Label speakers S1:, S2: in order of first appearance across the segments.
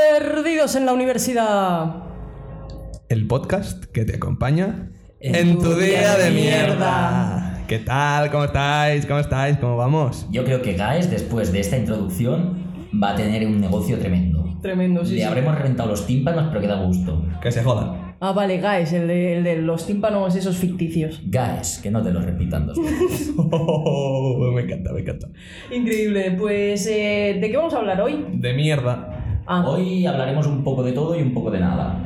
S1: Perdidos en la universidad.
S2: El podcast que te acompaña en tu día de mierda. ¿Qué tal? ¿Cómo estáis? ¿Cómo estáis? ¿Cómo vamos?
S3: Yo creo que Gaes, después de esta introducción, va a tener un negocio tremendo.
S1: Tremendo, sí.
S3: Le
S1: sí.
S3: habremos reventado los tímpanos, pero queda gusto.
S2: Que se jodan.
S1: Ah, vale, guys, el de, el de los tímpanos esos ficticios.
S3: Gaes, que no te lo repitan dos veces.
S2: me encanta, me encanta.
S1: Increíble. Pues, eh, ¿de qué vamos a hablar hoy?
S2: De mierda.
S1: Ah,
S3: Hoy hablaremos un poco de todo y un poco de nada.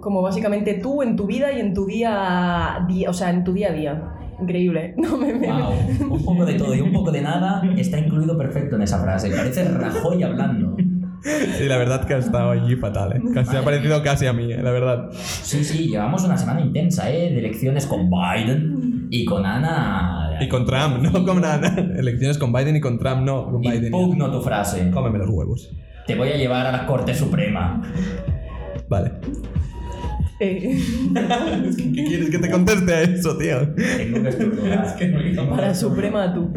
S1: como básicamente tú en tu vida y en tu día, a día o sea, en tu día a día. Increíble. No me, me-
S3: Wow, un poco de todo y un poco de nada está incluido perfecto en esa frase. Parece Rajoy hablando.
S2: Sí, la verdad que ha estado allí fatal, ¿eh? Casi- Se ha parecido casi a mí, ¿eh? la verdad.
S3: Sí, sí, llevamos una semana intensa, ¿eh? De elecciones con Biden y con Ana.
S2: Y con Trump, no con nada. Elecciones con Biden y con Trump, no con Biden.
S3: Impugno tu frase.
S2: Cómeme los huevos.
S3: Te voy a llevar a la Corte Suprema.
S2: Vale.
S1: Eh,
S2: ¿Qué quieres que te conteste a eso, tío?
S3: Tengo que estructurar.
S1: para Suprema tú.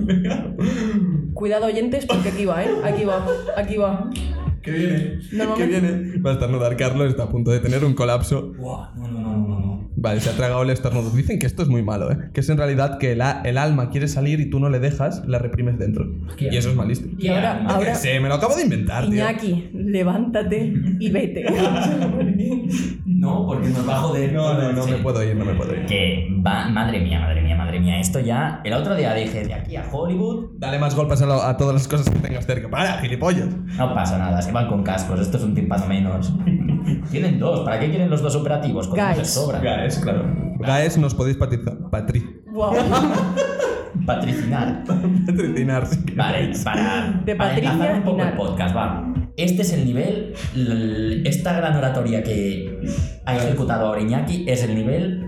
S1: Cuidado oyentes, porque aquí va, ¿eh? Aquí va, aquí va.
S2: ¿Qué viene?
S1: No,
S2: ¿Qué
S1: no,
S2: viene? Va a estornudar Carlos, está a punto de tener un colapso.
S3: Buah, no, no, no, no, no.
S2: Vale, se ha tragado el estornudo. Dicen que esto es muy malo, ¿eh? Que es en realidad que el, a- el alma quiere salir y tú no le dejas, la reprimes dentro.
S3: ¿Qué?
S2: Y eso es malísimo.
S1: Y ahora-
S3: Qué
S1: ahora-
S2: Que sé, me lo acabo de inventar, tío.
S1: Iñaki, levántate y vete.
S3: No, porque nos va a joder.
S2: No, no, no
S3: Sí.
S2: me puedo ir, no me puedo ir.
S3: Que va, madre mía, madre mía, madre mía. Esto ya. El otro día dije de aquí a Hollywood.
S2: Dale más golpes a, lo- a todas las cosas que tengas cerca. ¡Para, gilipollas!
S3: No pasa nada, se van con cascos. Esto es un tímpano menos. Tienen dos. ¿Para qué quieren los dos operativos? Con
S1: Guys.
S3: dos les sobra.
S2: Gaes, claro. Gaes nos podéis patrizar. Patri.
S1: Guau.
S3: Patricinar.
S2: Patricinar, si queréis.
S3: Vale, para,
S1: De
S3: para
S1: Patricia
S3: enlazar un poco
S1: Pinar.
S3: el podcast, va. Este es el nivel, l- esta gran oratoria que ha ejecutado ahora Iñaki es el nivel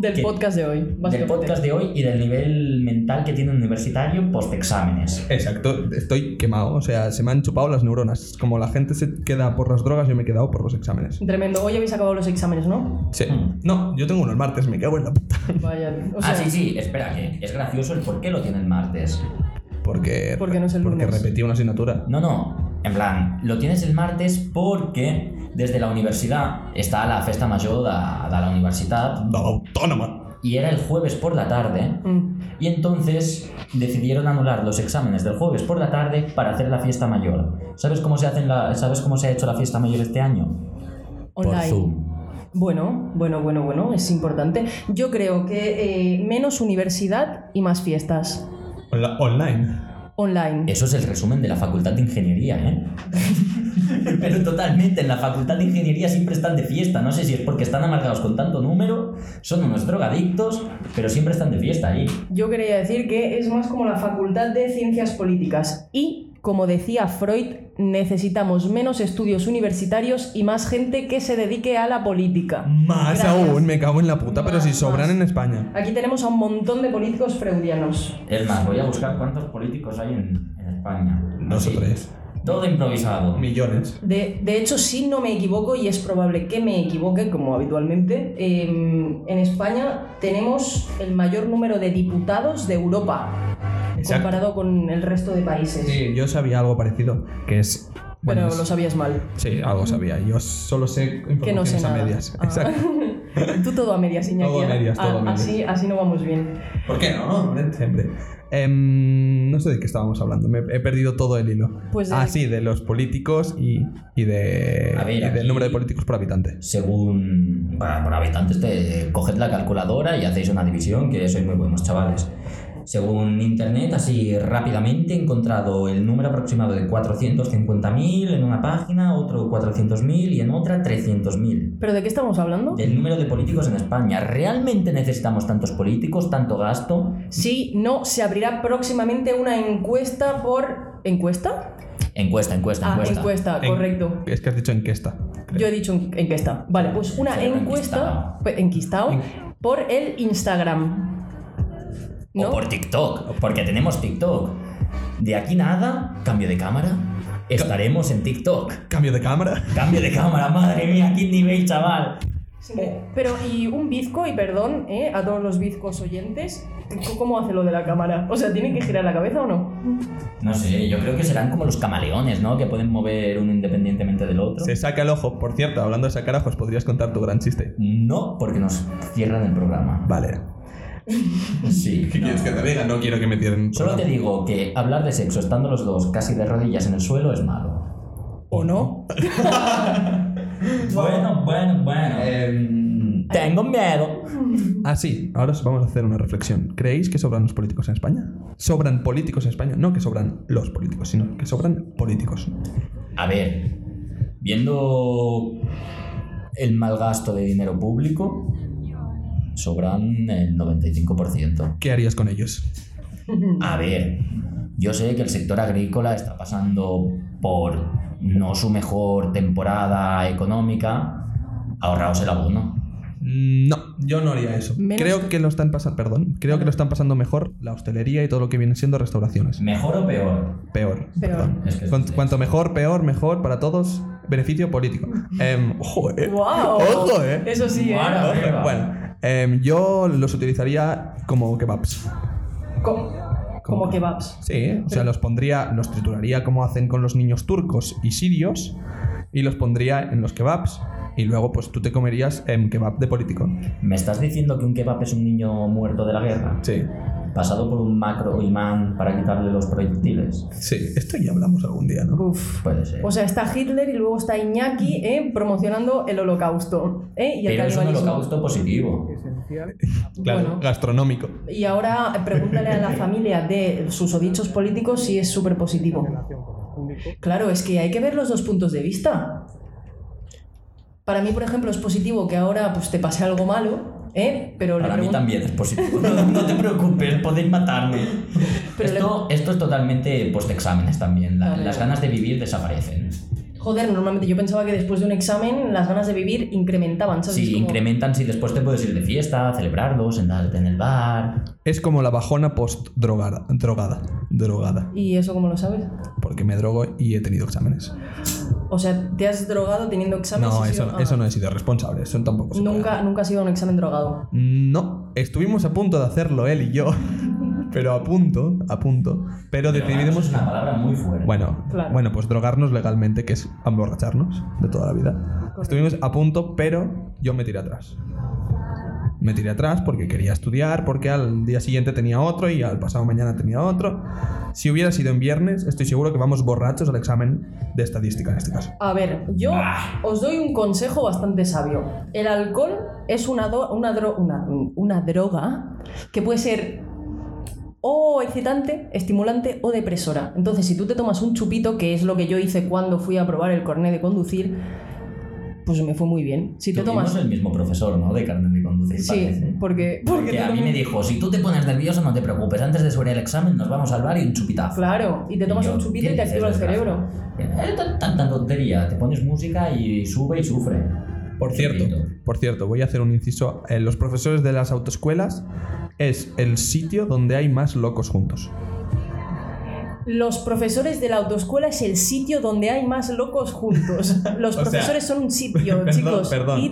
S1: Del
S3: ¿Qué?
S1: podcast de hoy,
S3: del
S1: básicamente.
S3: podcast de hoy y del nivel mental que tiene un universitario post exámenes.
S2: Exacto, estoy quemado, o sea, se me han chupado las neuronas. Como la gente se queda por las drogas, yo me he quedado por los exámenes.
S1: Tremendo. Hoy habéis acabado los exámenes, ¿no?
S2: Sí.
S3: Mm.
S2: No, yo tengo uno el martes, me cago en la puta.
S1: Vaya. O sea,
S3: ah, sí, sí, espera, que es gracioso el por qué lo tiene el martes.
S2: Porque,
S1: Porque no es el
S2: porque
S1: lunes.
S2: repetí una asignatura.
S3: No, no, en plan, lo tienes el martes porque desde la universidad está la festa mayor de, la universidad
S2: No, autónoma.
S3: y era el jueves por la tarde
S1: mm.
S3: Y entonces decidieron anular los exámenes del jueves por la tarde para hacer la fiesta mayor. ¿Sabes cómo se, hacen la- ¿sabes cómo se ha hecho la fiesta mayor este año? Por
S1: Online.
S3: Zoom.
S1: Bueno, bueno, bueno, bueno, es importante. Yo creo que eh, menos universidad y más fiestas
S2: Onla- online.
S1: online.
S3: Eso es el resumen de la Facultad de Ingeniería, ¿eh? Pero totalmente, en la Facultad de Ingeniería siempre están de fiesta. No sé si es porque están amargados con tanto número, son unos drogadictos, pero siempre están de fiesta ahí.
S1: Yo quería decir que es más como la Facultad de Ciencias Políticas y, como decía Freud, necesitamos menos estudios universitarios y más gente que se dedique a la política.
S2: Más
S1: Gracias.
S2: aún, me cago en la puta, pero si
S1: Más,
S2: sobran
S1: más.
S2: en España.
S1: Aquí tenemos a un montón de políticos freudianos.
S3: Es más, voy a buscar cuántos políticos hay en, en España.
S2: Dos o
S3: Así.
S2: tres.
S3: Todo improvisado.
S2: Millones.
S1: De, de hecho, si no me equivoco, y es probable que me equivoque, como habitualmente, eh, en España tenemos el mayor número de diputados de Europa,
S2: Exacto.
S1: comparado con el resto de países.
S2: Sí, yo sabía algo parecido, que es... bueno,
S1: Pero
S2: es-
S1: lo sabías mal.
S2: Sí, algo sabía. Yo solo sé
S1: Que no sé
S2: informaciones a
S1: nada.
S2: medias.
S1: Ah.
S2: Exacto.
S1: Tú todo a medias, Iñaki. ¿eh? Ah,
S2: Todo a medias, todo a medias.
S1: Así, así no vamos bien.
S2: ¿Por qué no? Hombre, Siempre. Em, no sé de qué estábamos hablando, me he perdido todo el hilo.
S1: Pues de-
S2: ah, sí, de los políticos y, y de,
S3: A ver,
S2: y del
S3: aquí-
S2: número de políticos por habitante.
S3: según para, para habitantes, te, coged la calculadora y hacéis una división, que sois muy buenos chavales. Según internet, así rápidamente he encontrado el número aproximado de 450.000 en una página, otro 400.000 y en otra 300.000.
S1: ¿Pero de qué estamos hablando?
S3: Del número de políticos en España. ¿Realmente necesitamos tantos políticos, tanto gasto?
S1: Sí, no, se abrirá próximamente una encuesta por... ¿Encuesta?
S3: Encuesta, encuesta,
S1: Ah,
S3: encuesta.
S1: encuesta,
S2: En-
S1: correcto.
S2: Es que has dicho enquesta.
S1: Yo he dicho en- encuesta. Vale, pues una
S3: Cerebro
S1: encuesta pe- enquistao por el Instagram.
S3: O
S1: ¿No?
S3: por TikTok, porque tenemos TikTok. De aquí nada, cambio de cámara, estaremos en TikTok.
S2: Cambio de cámara.
S3: Cambio de cámara, madre mía, qué nivel, chaval.
S1: Eh, Pero, y un bizco, y perdón, eh, a todos los bizcos oyentes, ¿cómo hace lo de la cámara? O sea, ¿tienen que girar la cabeza o no?
S3: No sé, yo creo que serán como los camaleones, ¿no? Que pueden mover uno independientemente del otro.
S2: Se saca el ojo. Por cierto, hablando de sacar ojos, podrías contar tu gran chiste.
S3: No, porque nos cierran el programa.
S2: Vale.
S3: Sí.
S2: ¿Qué
S3: no.
S2: quieres que te diga? No quiero que me tiren. el
S3: Solo te
S2: programa.
S3: digo que hablar de sexo estando los dos casi de rodillas en el suelo es malo.
S1: ¿O no?
S3: Bueno, bueno, bueno. tengo miedo.
S2: Ah, sí. Ahora os vamos a hacer una reflexión. ¿Creéis que sobran los políticos en España? ¿Sobran políticos en España? No que sobran los políticos, sino que sobran políticos.
S3: A ver, viendo el mal gasto de dinero público, sobran el 95%.
S2: ¿Qué harías con ellos?
S3: A ver, yo sé que el sector agrícola está pasando por no su mejor temporada económica. Ahorraos el abono.
S2: Mm, No, yo no haría eso.
S1: Menos
S2: Creo que lo están pasando, perdón, creo que lo están pasando mejor la hostelería y todo lo que vienen siendo restauraciones.
S3: ¿Mejor o peor?
S2: Peor.
S1: Peor.
S2: perdón.
S3: Es que es
S2: Cuan-
S3: triste.
S2: cuanto mejor, peor, mejor para todos. Beneficio político. Em, ojo, eh.
S1: ¡Wow!
S2: Ojo, eh.
S1: Eso sí, ¿eh?
S3: Guara.
S2: Ojo, eh. Bueno, em, yo los utilizaría como kebabs.
S1: Co- Como kebabs.
S2: Sí, o sea, los pondría, los trituraría como hacen con los niños turcos y sirios y los pondría en los kebabs. Y luego, pues tú te comerías en kebab de político.
S3: ¿Me estás diciendo que un kebab es un niño muerto de la guerra?
S2: Sí,
S3: Pasado por un macro imán para quitarle los proyectiles.
S2: sí, esto ya hablamos algún día, ¿no?
S1: Uf.
S3: Puede ser.
S1: O sea, está Hitler y luego está Iñaki ¿eh? promocionando el holocausto ¿eh? y el
S3: Pero es un
S1: canibalismo.
S3: holocausto positivo.
S2: Claro,
S1: Bueno.
S2: gastronómico.
S1: Y ahora eh, pregúntale a la familia de susodichos políticos si es súper positivo. Claro, es que hay que ver los dos puntos de vista. Para mí, por ejemplo, es positivo que ahora pues, te pase algo malo, ¿eh? pero le
S3: Para mí
S1: pregunto-
S3: también es positivo. No, no te preocupes, podéis matarme.
S1: Pero
S3: esto, esto es totalmente post-exámenes también. La-
S1: Vale.
S3: Las ganas de vivir desaparecen.
S1: Joder, normalmente yo pensaba que después de un examen las ganas de vivir incrementaban, ¿sabes?
S3: Si
S1: Como-
S3: incrementan, si después te puedes ir de fiesta, celebrarlo, sentarte en el bar.
S2: Es como la bajona post-drogada. Drogada. Drogada.
S1: ¿Y eso cómo lo sabes?
S2: Porque me drogo y he tenido exámenes.
S1: O sea, ¿te has drogado teniendo exámenes?
S2: No,
S1: ¿Has
S2: eso,
S1: sido-
S2: eso
S1: Ah.
S2: no he sido responsable. Eso tampoco se puede
S1: Nunca,
S2: hacer.
S1: nunca has ido a un examen drogado.
S2: No, estuvimos a punto de hacerlo él y yo. Pero a punto, a punto. Pero
S3: Drogarnos
S2: decidimos.
S3: Es una palabra muy fuerte.
S2: Bueno,
S1: Claro.
S2: bueno, pues drogarnos legalmente, que es emborracharnos de toda la vida. Estuvimos a punto, pero yo me tiré atrás. Me tiré atrás porque quería estudiar, porque al día siguiente tenía otro y al pasado mañana tenía otro. Si hubiera sido en viernes, estoy seguro que vamos borrachos al examen de estadística en este caso.
S1: A ver, yo
S3: Bah.
S1: os doy un consejo bastante sabio. El alcohol es una, do- una, dro- una, una droga que puede ser o excitante, estimulante o depresora. Entonces, si tú te tomas un chupito, que es lo que yo hice cuando fui a probar el cornet de conducir, pues me fue muy bien. Si te
S3: Tuvimos
S1: tomas...
S3: el mismo profesor, ¿no? De carnet de conducir,
S1: Sí,
S3: parece. ¿eh?
S1: porque...
S3: Porque
S1: te
S3: a mí
S1: tomas-
S3: me dijo, si tú te pones nervioso no te preocupes, antes de sobre el examen nos vamos al bar y un chupitazo.
S1: Claro, y te tomas un chupito y te activa el cerebro.
S3: Es Eh, tanta tontería, te pones música y sube y sufre.
S2: Por cierto, por cierto, voy a hacer un inciso. Eh, los profesores de las autoescuelas es el sitio donde hay más locos juntos.
S1: Los profesores de la autoescuela es el sitio donde hay más locos juntos. Los
S2: O sea,
S1: profesores son un sitio,
S2: perdón,
S1: chicos.
S2: perdón.
S1: Id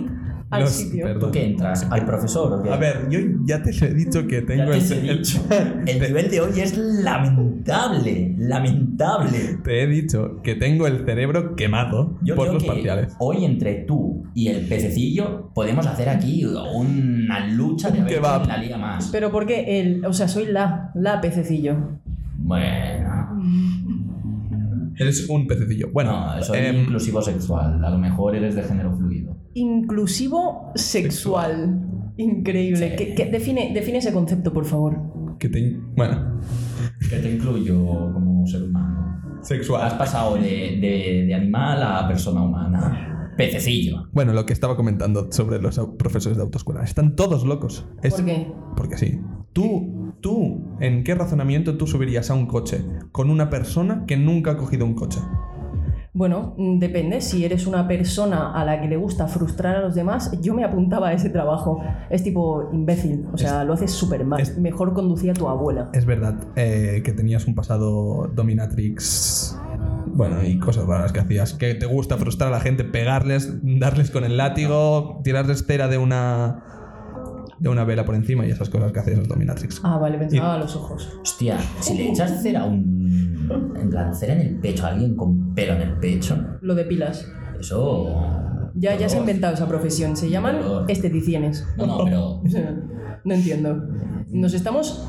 S1: al
S2: Los-
S1: sitio.
S2: perdón.
S3: ¿Tú qué entras? ¿Al profesor o qué?
S2: A ver, yo ya te he dicho que
S3: Ya
S2: tengo
S3: te
S2: el,
S3: he
S2: el-
S3: dicho, el nivel de hoy es lamentable, lamentable.
S2: Te he dicho que tengo el cerebro quemado
S3: Yo
S2: por
S3: creo
S2: los
S3: que
S2: parciales.
S3: hoy entre tú y el pececillo podemos hacer aquí una lucha de a ver
S2: kebab.
S3: quién la liga más.
S1: Pero porque el, o sea, soy la, la pececillo.
S3: Bueno,
S2: Eres un pececillo. Bueno,
S3: no, soy
S2: em,
S3: inclusivo sexual, a lo mejor eres de género fluido.
S1: Inclusivo sexual. Increíble.
S3: Sí.
S1: ¿Qué- qué- define, define ese concepto, por favor.
S2: que te- bueno,
S3: Que te incluyo como ser humano. Has
S2: sexual.
S3: pasado de, de- de animal a persona humana. Pececillo.
S2: Bueno, lo que estaba comentando sobre los au- profesores de autoescuela. Están todos locos. Es-
S1: ¿Por qué?
S2: Porque sí. Tú, tú, ¿en qué razonamiento tú subirías a un coche con una persona que nunca ha cogido un coche?
S1: Bueno, mm, depende. Si eres una persona a la que le gusta frustrar a los demás, yo me apuntaba a ese trabajo. Es tipo imbécil. O sea, lo haces súper mal.
S2: es-
S1: Mejor conducía a tu abuela.
S2: Es verdad eh, que tenías un pasado dominatrix Bueno, y cosas raras que hacías. Que te gusta frustrar a la gente, pegarles, darles con el látigo, tirarles cera de una de una vela por encima y esas cosas que hacías las dominatrix.
S1: Ah, vale, pensaba a los ojos.
S3: Hostia, si le echas cera a un. En plan, cera en el pecho a alguien con pelo en el pecho,
S1: Lo de pilas.
S3: eso.
S1: Ya, ya se ha
S3: Dolor.
S1: inventado esa profesión. Se llaman
S3: Dolor.
S1: esteticiones.
S3: No, no, pero.
S1: O sea, No entiendo. Nos estamos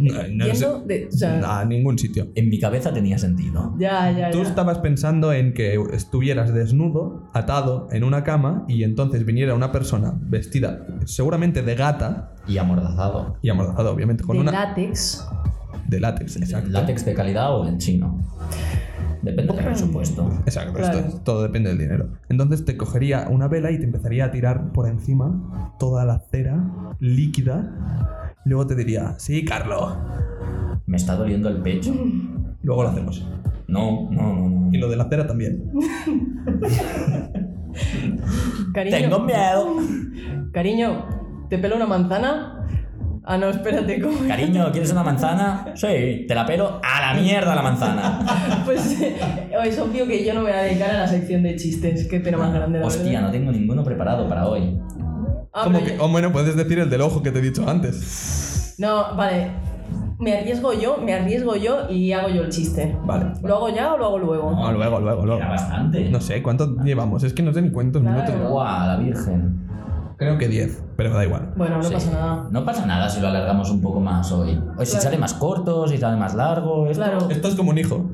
S2: No, no sé-
S1: yendo de. o sea,
S2: a ningún sitio.
S3: En mi cabeza tenía sentido.
S1: Ya, ya,
S2: Tú
S1: ya.
S2: estabas pensando en que estuvieras desnudo, atado en una cama y entonces viniera una persona vestida seguramente de gata
S3: Y amordazado.
S2: y amordazada obviamente con
S1: de
S2: una
S1: látex.
S2: de látex, exacto.
S3: ¿Látex de calidad o en chino? Depende del presupuesto.
S2: Exacto,
S1: Claro.
S2: esto- todo depende del dinero. Entonces te cogería una vela y te empezaría a tirar por encima toda la cera líquida. Luego te diría, sí, Carlo.
S3: Me está doliendo el pecho.
S2: Luego lo hacemos.
S3: No, no, no, no.
S2: Y lo de la cera también.
S1: Cariño.
S3: Tengo miedo.
S1: Cariño, ¿te pelo una manzana? Ah, no, espérate, ¿cómo?
S3: Cariño, ¿quieres una manzana? Sí, te la pelo a la mierda la manzana.
S1: Pues eh, es obvio que yo no me voy a dedicar a la sección de chistes. Qué pena más grande, la
S3: Hostia,
S1: verdad.
S3: no oh? tengo ninguno preparado para hoy.
S1: Ah,
S2: Como
S1: pero
S2: que,
S1: ya-
S2: o bueno, puedes decir el del ojo que te he dicho antes.
S1: No, vale. Me arriesgo yo, me arriesgo yo y hago yo el chiste.
S2: Vale.
S1: ¿Lo hago ya o lo hago luego?
S3: No,
S2: No, luego, luego, luego.
S3: Era bastante.
S2: No sé, ¿cuánto llevamos? Es que no sé ni cuántos
S1: Claro.
S2: minutos.
S3: Guau, la virgen.
S2: Creo que 10, pero da igual.
S1: Bueno, no
S3: Sí.
S1: pasa nada.
S3: No pasa nada si lo alargamos un poco más hoy. O si
S1: Claro.
S3: sale más corto, si sale más largo. esto-
S1: Claro.
S2: Esto es como un hijo.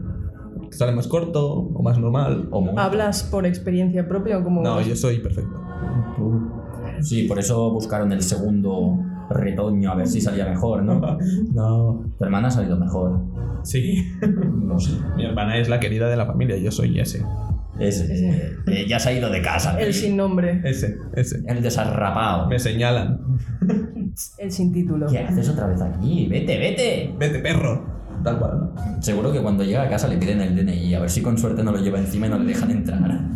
S2: Que sale más corto o más normal.
S3: O muy-
S1: ¿Hablas por experiencia propia o como.?
S2: No, yo soy perfecto.
S3: Sí, por eso buscaron el segundo retoño a ver si salía mejor, ¿no?
S2: No.
S3: Tu hermana ha salido mejor.
S2: Sí.
S3: No sé.
S2: Mi hermana es la querida de la familia, yo soy ese.
S3: Es-
S1: Sí, sí.
S3: eh, eh, ya se ha ido de casa.
S1: El sin nombre,
S2: Ese, ese.
S3: El desarrapado.
S2: Me señalan.
S1: el sin título.
S3: ¿Qué haces otra vez aquí? Vete, vete.
S2: Vete, perro. Tal cual.
S3: Seguro que cuando llega a casa le piden el DNI, a ver si con suerte no lo lleva encima y no le dejan entrar.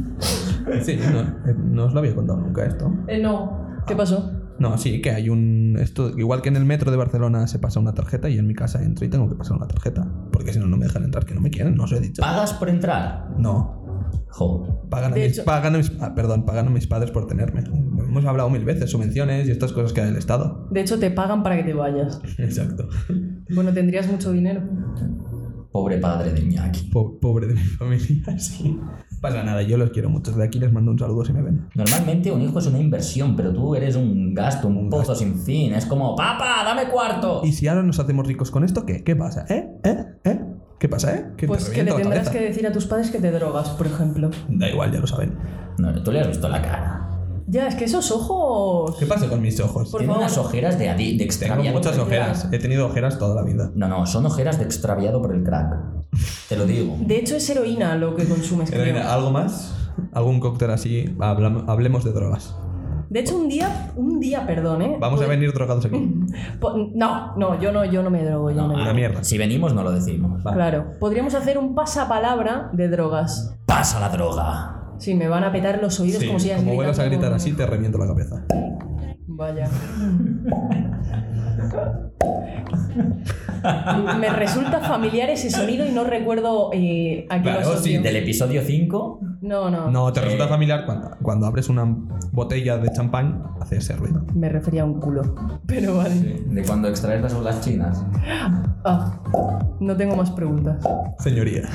S2: Sí, no, eh, no os lo había contado nunca esto.
S1: Eh, no. ¿Qué pasó?
S2: No, sí, que hay un. Esto, igual que en el metro de Barcelona se pasa una tarjeta y en mi casa entro y tengo que pasar una tarjeta. Porque si no, no me dejan entrar, que no me quieren, no os lo he dicho.
S3: ¿Pagas por entrar?
S2: No.
S3: Jo.
S2: Pagan a,
S1: De
S2: mis,
S1: hecho-
S2: pagan a mis- ah, perdón, pagan a mis padres por tenerme. Hemos hablado mil veces, subvenciones y estas cosas que da el Estado.
S1: De hecho, te pagan para que te vayas.
S2: Exacto.
S1: Bueno, tendrías mucho dinero.
S3: Pobre padre de Iñaki.
S2: Po- pobre de mi familia, sí. Pasa nada, yo los quiero mucho. Desde aquí les mando un saludo si me ven.
S3: Normalmente un hijo es una inversión, pero tú eres un gasto, un
S2: Un
S3: pozo sin fin. Es como, papá, dame cuarto.
S2: Y si ahora nos hacemos ricos con esto, ¿qué? ¿Qué pasa? ¿Eh? ¿Eh? ¿Eh? ¿Qué pasa, eh? Que te
S1: pues que le
S2: reviento la
S1: tendrás
S2: cabeza.
S1: que decir a tus padres que te drogas, por ejemplo.
S2: Da igual, ya lo saben.
S3: No, tú le has visto la cara.
S1: Ya, es que esos ojos.
S2: ¿Qué pasa con mis ojos?
S1: Por
S3: Tiene
S1: favor.
S3: unas ojeras de, adi- de
S2: Tengo
S3: extraviado.
S2: muchas
S3: por el crack.
S2: ojeras. He tenido ojeras toda la vida.
S3: No, no, son ojeras de extraviado por el crack. Te lo digo.
S1: De hecho, es heroína lo que consumes, creo.
S2: Heroína, ¿Algo más? ¿Algún cóctel así? Hablam- hablemos de drogas.
S1: De hecho, un día, un día, perdón, ¿eh?
S2: Vamos a
S1: Pues-
S2: venir drogados aquí.
S1: po- No, no, yo no, yo no me drogo, yo no, me
S2: ah,
S1: drogo.
S2: la mierda.
S3: Si venimos, no lo decimos.
S2: vale.
S1: Claro. Podríamos hacer un pasapalabra de drogas.
S3: Pasa la droga.
S1: Sí, me van a petar los oídos
S2: Sí,
S1: como si
S2: como vuelvas a gritar así, te reviento la cabeza.
S1: Vaya. Me resulta familiar ese sonido y no recuerdo eh, a qué
S2: Claro,
S1: lo asocio.
S2: sí,
S3: Del episodio 5,
S1: No, no,
S2: No, te resulta familiar cuando, cuando abres una botella de champán, hace ese ruido.
S1: Me refería a un culo. Pero vale.
S3: de cuando extraes las olas chinas.
S1: Ah, no tengo más preguntas.
S2: Señoría.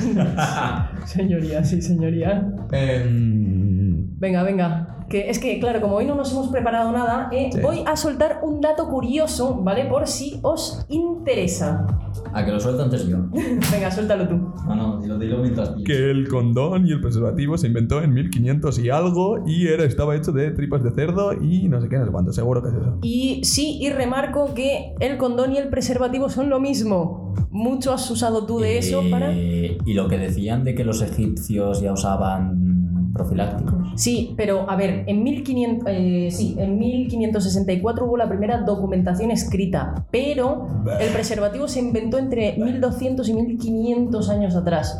S1: Señoría, sí, señoría.
S2: Em,
S1: Venga, venga. Que es que, claro, como hoy no nos hemos preparado nada, eh,
S2: Sí.
S1: voy a soltar un dato curioso, ¿vale? Por si os interesa.
S3: A que lo suelto antes yo.
S1: venga, suéltalo tú.
S2: Ah,
S3: No, no, dilo, dilo mientras pienso.
S2: que el condón y el preservativo se inventó en 1500 y algo y era, estaba hecho de tripas de cerdo y no sé qué, no sé cuánto. Seguro que es eso.
S1: Y sí, y remarco que el condón y el preservativo son lo mismo. Mucho has usado tú de eso
S3: Eh,
S1: para...
S3: Y lo que decían de que los egipcios ya usaban profilácticos.
S1: Sí, pero a ver, en, 1500, eh, sí, en 1564 hubo la primera documentación escrita, pero el preservativo se inventó entre 1200 y 1500 años atrás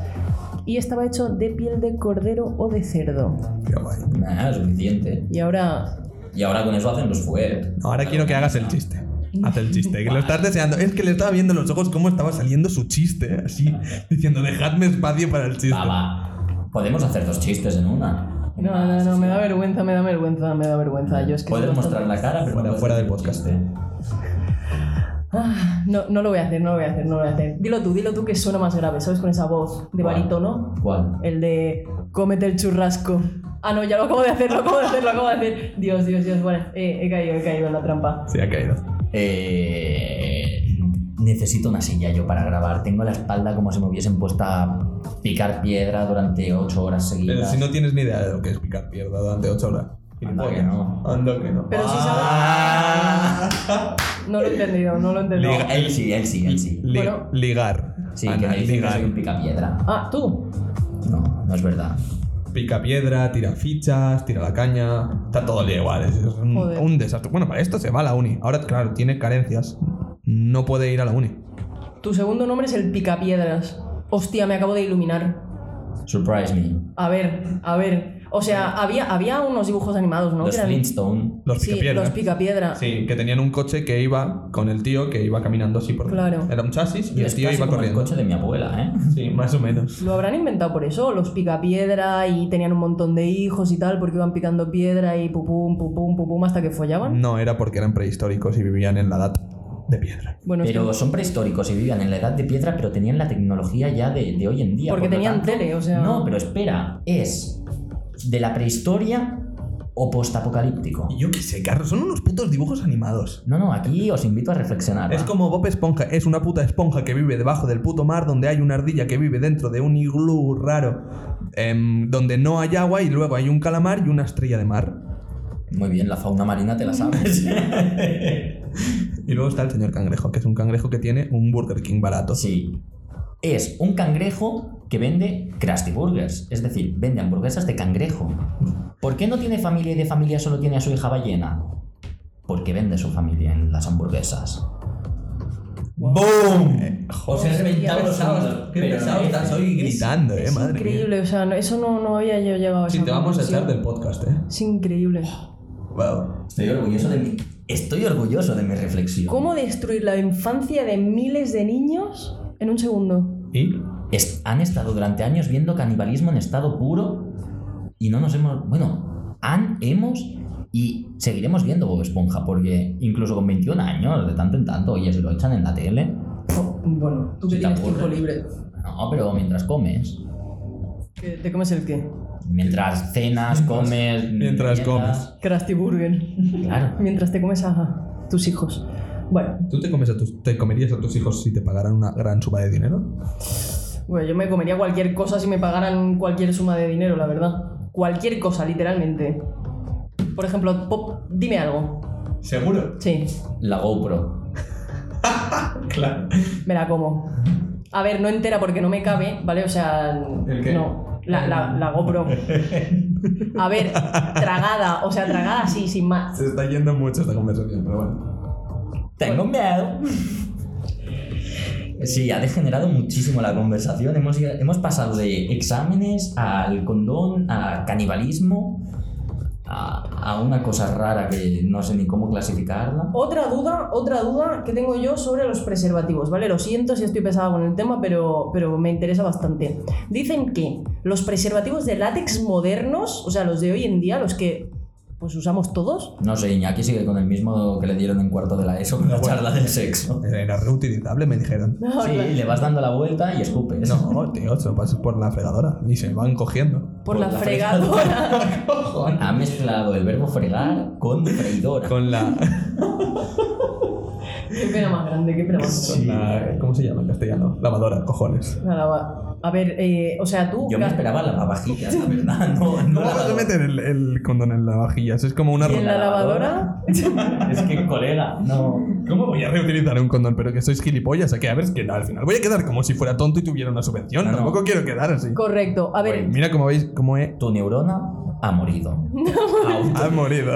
S1: y estaba hecho de piel de cordero o de cerdo.
S2: Qué guay.
S3: Nada, Ah, suficiente.
S1: Y ahora,
S3: Y ahora con eso hacen los fuet.
S2: Ahora quiero que hagas el chiste. Haz el chiste, que lo estás deseando. Es que le estaba viendo en los ojos cómo estaba saliendo su chiste, así, diciendo, dejadme espacio para el chiste.
S3: Va, va. Podemos hacer dos chistes en una.
S1: No, no, no, me da vergüenza, me da vergüenza, me da vergüenza. Yo es que
S3: Puedes
S1: soy
S3: mostrar
S1: bastante-
S3: la cara, pero
S2: Fuera-
S3: no puedes
S2: fuera
S3: hacer
S2: del
S3: un
S2: podcast.
S3: chiste.
S1: Ah, no, no lo voy a hacer, no lo voy a hacer, no lo voy a hacer. Dilo tú, dilo tú que suena más grave, ¿sabes? Con esa voz de
S3: ¿Cuál?
S1: barítono.
S3: ¿Cuál?
S1: El de cómete el churrasco. Ah, no, ya lo acabo de hacer, lo acabo de hacer, lo acabo de hacer. Dios, Dios, Dios, bueno, eh, he caído, he caído en la trampa.
S2: Sí, ha caído.
S3: Eh, necesito una silla yo para grabar. Tengo la espalda como si me hubiesen puesto a picar piedra durante ocho horas
S2: Pero
S3: seguidas.
S2: Eh, si no tienes ni idea de lo que es picar pierda durante 8 horas.
S3: Anda que no.
S2: Anda que no.
S1: Pero si
S2: Ah.
S1: No lo he entendido, no lo he entendido.
S3: No, él sí, él sí, él sí.
S2: Li-
S1: Bueno.
S2: Ligar.
S3: Sí, que
S2: Ana,
S3: me dicen que
S2: ligar.
S3: soy un pica piedra.
S1: Ah, tú.
S3: No, no es verdad.
S2: Pica piedra, tira fichas, tira la caña. Está todo el día igual. Es, es un,
S1: Joder.
S2: un desastre. Bueno, para esto se va a la uni. Ahora, claro, tiene carencias. No puede ir a la uni.
S1: Tu segundo nombre es el picapiedras. Hostia, me acabo de iluminar.
S3: Surprise me.
S1: A ver, a ver. O sea, había, había unos dibujos animados, ¿no?
S3: Los
S1: Que eran-
S3: Flintstone.
S2: Los
S1: sí,
S2: pica piedra.
S1: los picapiedra.
S2: Sí, que tenían un coche que iba con el tío que iba caminando así por
S1: Claro.
S2: Era un chasis y
S3: Yo
S2: el
S3: es
S2: tío
S3: casi
S2: iba
S3: como
S2: corriendo.
S3: el coche de mi abuela, ¿eh?
S2: Sí, más o menos.
S1: ¿Lo habrán inventado por eso? Los picapiedra y tenían un montón de hijos y tal, porque iban picando piedra y pupum, pupum, pupum, hasta que follaban.
S2: No era porque eran prehistóricos y vivían en la edad de piedra.
S1: Bueno, es que-
S3: Pero son prehistóricos y vivían en la edad de piedra, pero tenían la tecnología ya de, de hoy en día.
S1: porque
S3: por lo
S1: tenían
S3: tanto-
S1: tele, o sea.
S3: No, pero espera, ¿es de la prehistoria o postapocalíptico?
S2: Yo qué sé, Carlos, son unos putos dibujos animados.
S3: No, no, aquí os invito a reflexionar. ¿va?
S2: Es como Bob Esponja, es una puta esponja que vive debajo del puto mar donde hay una ardilla que vive dentro de un iglú raro em, donde no hay agua y luego hay un calamar y una estrella de mar.
S3: Muy bien, la fauna marina te la sabes.
S2: Y luego está el señor cangrejo, que es un cangrejo que tiene un Burger King barato.
S3: sí. Es un cangrejo que vende Krusty Burgers, es decir, vende hamburguesas de cangrejo. ¿Por qué no tiene familia y de familia solo tiene a su hija ballena? Porque vende su familia en las hamburguesas.
S2: ¡Boom! Eh,
S3: Os he reventado los sábados,
S2: Qué
S3: pero
S2: pesado estás hoy gritando, eh,
S1: es
S2: madre
S1: increíble, o sea, no- eso no, no había yo llegado a
S2: mía. Sí,
S1: esa
S2: te vamos a
S1: conclusión.
S2: echar del podcast, eh.
S1: Es increíble.
S2: Wow.
S3: Estoy orgulloso de mi... Estoy orgulloso de mi reflexión.
S1: ¿Cómo destruir la infancia de miles de niños en un segundo?
S2: ¿Y?
S3: Es- han estado durante años viendo canibalismo en estado puro y no nos hemos. Bueno, han, hemos y seguiremos viendo Bob Esponja, porque incluso con 21 años, de tanto en tanto, oye, si lo echan en la tele.
S1: Oh, Bueno, tú que
S3: Sí,
S1: tienes
S3: tampoco.
S2: ¿eh?
S1: tiempo libre.
S3: No, pero mientras comes,
S1: ¿Qué- ¿Te comes el qué?
S3: mientras cenas, comes.
S2: Mientras
S3: meriendas,
S1: Krusty Burger.
S3: Claro.
S1: Mientras te comes a tus hijos. Bueno,
S2: ¿Tú te, comes a tus, te comerías a tus hijos si te pagaran una gran suma de dinero?
S1: bueno, yo me comería cualquier cosa si me pagaran cualquier suma de dinero, la verdad. Cualquier cosa, literalmente. Por ejemplo, Pop, dime algo.
S2: Seguro.
S1: Sí,
S3: La GoPro.
S2: Claro.
S1: me la como. A ver, no entera porque no me cabe, ¿vale? O sea,
S2: ¿El qué?
S1: no. La, la, la GoPro. A ver, tragada, o sea, tragada sí, sin más.
S2: Se está yendo mucho esta conversación, pero bueno.
S3: Tengo miedo. Sí, ha degenerado muchísimo la conversación. Hemos, hemos pasado de exámenes al condón, a canibalismo, a, a una cosa rara que no sé ni cómo clasificarla.
S1: Otra duda, otra duda que tengo yo sobre los preservativos, ¿vale? Lo siento si estoy pesada con el tema, pero, pero me interesa bastante. Dicen que los preservativos de látex modernos, o sea, los de hoy en día, los que pues usamos todos,
S3: No sé, Iñaki sigue con el mismo que le dieron en cuarto de la ESO con la
S2: Bueno.
S3: charla del sexo.
S2: Era reutilizable, me dijeron.
S3: Sí, le vas dando la vuelta y escupes.
S2: No, tío, se lo pasas por la fregadora y se van cogiendo.
S1: por, la, fregadora.
S3: Ha mezclado el verbo fregar con freidora.
S2: Con la,
S1: qué pena más grande, qué pena más grande.
S2: con la- ¿Cómo se llama en castellano? Lavadora, cojones.
S1: Nada, va. A ver, eh, o sea, tú...
S3: Yo me esperaba la vajillas, la verdad. No, no
S2: No vas a
S3: la-
S2: meter el, el condón en la vajilla, eso es como una...
S1: ¿Y en
S2: ro-
S1: la
S3: la
S1: lavadora?
S3: Es que, colega, no.
S2: ¿Cómo voy a reutilizar un condón? Pero que sois gilipollas, ¿a qué? A ver, es que no, al final voy a quedar como si fuera tonto y tuviera una subvención.
S3: No, no.
S2: Tampoco quiero quedar así.
S1: Correcto. A ver,
S3: Bueno.
S2: Mira cómo veis, cómo he...
S3: Tu neurona ha morido. Au.
S2: Has morido.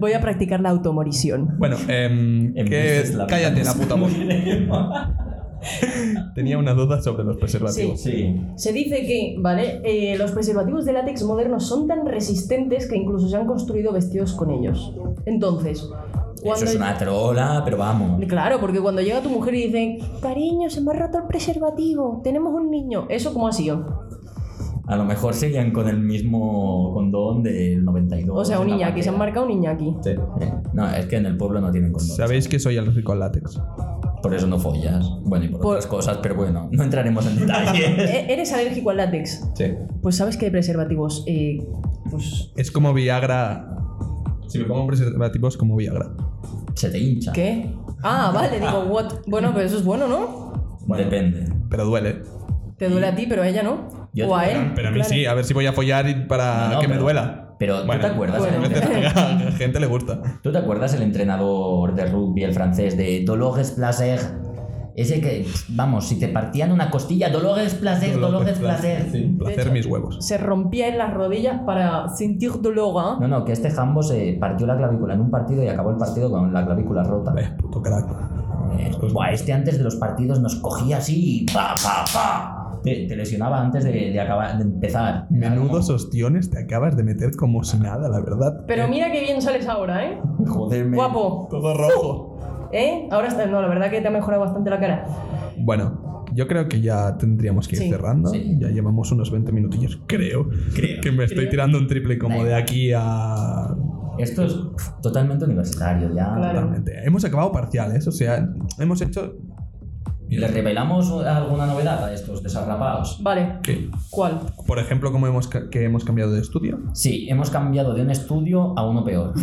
S1: voy a practicar la automorisión.
S2: Bueno, em,
S3: En
S2: que-
S3: vez de la-
S2: cállate la puta voz. Tenía una duda sobre los preservativos.
S3: Sí.
S1: Se dice que, ¿vale? Eh, los preservativos de látex modernos son tan resistentes que incluso se han construido vestidos con ellos. Entonces, Cuando
S3: Eso es una trola, pero vamos.
S1: Claro, porque cuando llega tu mujer y dice, cariño, se me ha roto el preservativo, tenemos un niño. ¿Eso cómo ha sido?
S3: A lo mejor seguían con el mismo condón del 92.
S1: O sea, un
S3: en la
S1: Iñaki, se han
S3: bandera.
S1: marcado un Iñaki.
S3: Sí. Eh, No, es que en el pueblo no tienen condón.
S2: Sabéis que soy alérgico al látex.
S3: Por eso no follas. Bueno, y por,
S1: Por-
S3: otras cosas, pero bueno, no entraremos en detalles.
S1: E- ¿Eres alérgico al látex?
S2: Sí.
S1: Pues sabes que hay preservativos. eh, pues.
S2: Es como Viagra. Si me pongo un preservativo es como Viagra.
S3: Se te hincha.
S1: ¿Qué? Ah, vale, digo, what? Bueno, pero eso es bueno, ¿no?
S3: Depende.
S2: Pero duele.
S1: Te duele a ti, pero a ella no.
S3: Yo
S1: o a
S3: te-
S1: él.
S2: Pero a mí
S1: claro.
S2: sí, a ver si voy a follar y para
S3: ¿Eh? No, no,
S2: Ah, que me
S3: pero-
S2: duela.
S3: pero ¿tú te acuerdas?
S2: a
S1: Bueno.
S2: veces pega, a la gente le gusta.
S3: ¿Tú te acuerdas el entrenador de rugby, el francés, de Dolores Placer? Ese que, vamos, si te partían una costilla, Dolores Placer, Dolores Placer.
S2: Sí,
S1: De
S2: placer
S1: hecho-
S2: mis huevos.
S1: Se rompía en las rodillas para sentir dolor. ¿eh?
S3: No, no, que este jambo se partió la clavícula en un partido y acabó el partido con la clavícula rota.
S2: Ves, puto crack.
S3: Eh, buah, este antes de los partidos nos cogía así y pa, pa, pa. Te, te lesionaba antes de, de acabar, de empezar.
S2: Menudos ostiones te acabas de meter como si nada, la verdad. Eh,
S1: Pero mira qué bien sales ahora, ¿eh?
S3: Joder, me-
S1: Guapo.
S2: Todo rojo.
S1: ¿Eh? Ahora está. No, la verdad que te ha mejorado bastante la cara.
S2: Bueno, yo creo que ya tendríamos que ir
S1: Sí.
S2: cerrando.
S3: Sí.
S2: Ya llevamos unos 20 minutillos, creo.
S3: Creo.
S2: Que me estoy
S1: Creo.
S2: tirando un triple como
S3: Venga.
S2: de aquí a
S3: Esto es pf, totalmente universitario ya.
S1: Claro.
S2: Totalmente. Hemos acabado parciales, o sea, hemos hecho.
S3: ¿Les revelamos alguna novedad a estos desarrapados?
S1: Vale.
S2: que,
S1: ¿Cuál?
S2: por ejemplo, como hemos, ca- que hemos cambiado de estudio.
S3: Sí, hemos cambiado de un estudio a uno peor.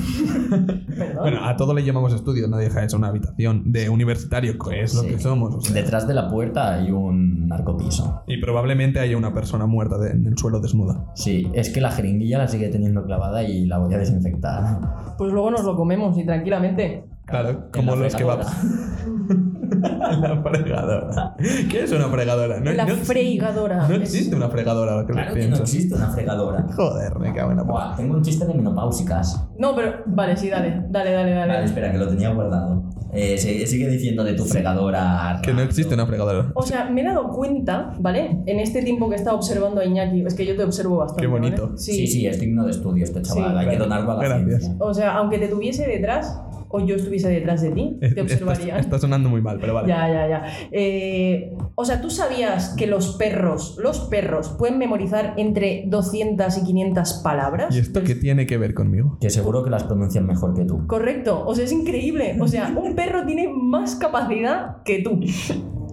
S1: Perdón.
S2: Bueno, a todo le llamamos estudio, no deja eso una habitación de universitario, que es lo
S3: Sí.
S2: que somos. o sea.
S3: Detrás de la puerta hay un narcopiso.
S2: Y probablemente haya una persona muerta de- en el suelo desnuda.
S3: Sí, es que la jeringuilla la sigue teniendo clavada y la voy a desinfectar.
S1: Pues luego nos lo comemos y tranquilamente.
S2: Claro,
S3: En
S2: como
S3: la
S2: los que
S3: fregadora.
S2: va. la fregadora. ¿Qué es una fregadora? No,
S1: la
S2: no existe-
S1: fregadora.
S2: No
S1: Es-
S2: existe una fregadora, ahora que
S3: Claro
S2: lo
S3: que no
S2: pienso.
S3: existe una fregadora.
S2: Joder, me cago en la puta.
S3: Buah, tengo un chiste de menopáusicas.
S1: No, pero. Vale, sí, dale. Dale, dale, dale.
S3: Vale, espera, que lo tenía guardado. Eh, se- sigue diciendo de tu fregadora.
S2: Que no
S3: Rafa.
S2: existe una fregadora.
S1: O sea, me he dado cuenta, ¿vale? En este tiempo que he estado observando a Iñaki, es que yo te observo bastante.
S2: Qué bonito.
S1: ¿vale?
S3: Sí, sí, es digno de estudio este chaval.
S1: Sí,
S3: hay que
S2: claro.
S3: donarlo a la
S2: Gracias.
S3: ciencia.
S1: O sea, aunque te tuviese detrás, o yo estuviese detrás de ti,
S2: Es-
S1: te
S2: Está,
S1: observaría.
S2: está sonando muy mal, pero vale.
S1: Ya, ya, ya. Eh, o sea, ¿tú sabías que los perros, los perros, pueden memorizar entre 200 y 500 palabras?
S2: ¿Y esto qué tiene que ver conmigo?
S3: Que seguro que las pronuncian mejor que tú.
S1: Correcto, o sea, es increíble. O sea, un perro tiene más capacidad que tú.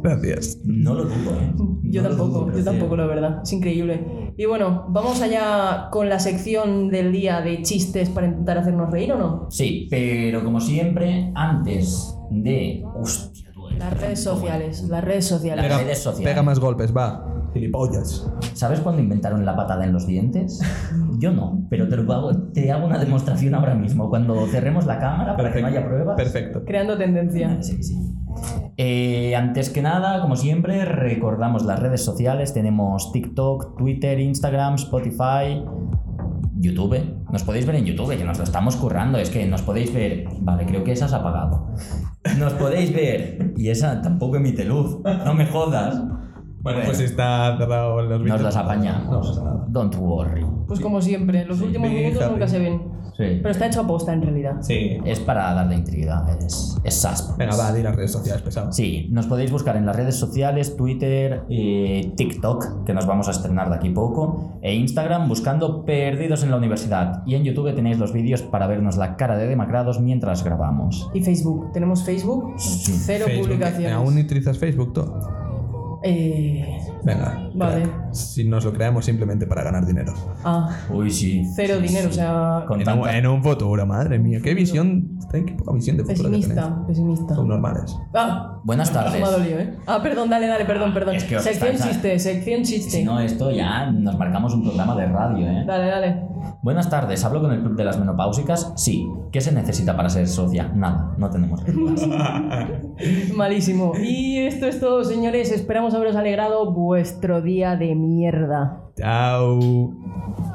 S2: Gracias.
S3: No lo dudo, ¿eh?
S1: Yo
S3: No lo dudo,
S1: tampoco,
S3: pero
S1: yo
S3: sí.
S1: tampoco, la verdad. Es increíble. Y bueno, vamos allá con la sección del día de chistes para intentar hacernos reír o no.
S3: Sí, pero como siempre, antes de. Hostia, tú eres
S1: Las redes
S3: tan
S1: sociales,
S3: joven.
S1: las redes sociales.
S3: Las redes sociales.
S2: Pega más golpes, va. Gilipollas.
S3: ¿Sabes cuándo inventaron la patada en los dientes? Yo no, pero te, lo hago, te hago una demostración ahora mismo. Cuando cerremos la cámara para que no haya pruebas.
S2: Perfecto.
S1: Creando tendencia.
S3: Sí, sí. Eh, antes que nada, como siempre, recordamos las redes sociales. Tenemos TikTok, Twitter, Instagram, Spotify, YouTube. Nos podéis ver en YouTube, que nos lo estamos currando. Es que nos podéis ver. Vale, creo que esa se ha apagado. Nos podéis ver. Y esa tampoco emite luz. No me jodas.
S2: Bueno, pues está cerrado los
S3: Nos
S2: vídeos.
S3: las
S2: No
S3: apañamos.
S2: pasa nada.
S3: Don't worry.
S1: Pues como siempre, los
S2: Sí,
S1: últimos
S2: be
S1: minutos
S2: happy.
S1: nunca se ven.
S3: Sí.
S1: Pero está hecho a posta en realidad.
S2: Sí.
S3: Es para darle intriga. Es, es suspense.
S2: Venga, va, di las redes sociales, pesado.
S3: Sí, nos podéis buscar en las redes sociales, Twitter, eh, TikTok, que nos vamos a estrenar de aquí poco, e Instagram buscando Perdidos en la Universidad. Y en YouTube tenéis los vídeos para vernos la cara de demacrados mientras grabamos.
S1: Y Facebook. Tenemos Facebook,
S3: Sí.
S1: cero
S2: Facebook.
S1: publicaciones.
S2: ¿Aún utilizas Facebook tú?
S1: Eh,
S2: Venga.
S1: Vale.
S2: crack. Si nos lo creamos simplemente para ganar dinero.
S1: ah,
S3: Uy, sí.
S1: cero
S3: sí,
S1: dinero,
S3: sí.
S1: o sea,
S3: Con
S2: En un,
S3: tanta-
S2: en un futuro, madre mía. Qué visión. Qué poca visión de futuro que tenéis.
S1: pesimista, pesimista.
S2: Son normales.
S1: Ah,
S3: Buenas
S1: me ha
S3: tardes.
S1: dolido, ¿eh? Ah, perdón, dale, dale, perdón, perdón.
S3: Es que os
S1: sección
S3: estáis-
S1: chiste, sección chiste.
S3: Si no, esto ya nos marcamos un programa de radio, ¿eh?
S1: Dale, dale.
S3: Buenas tardes, ¿hablo con el club de las menopáusicas? Sí. ¿Qué se necesita para ser socia? Nada, no tenemos reglas.
S1: Malísimo. Y esto es todo, señores. Esperamos haberos alegrado vuestro día de mierda.
S2: Chao.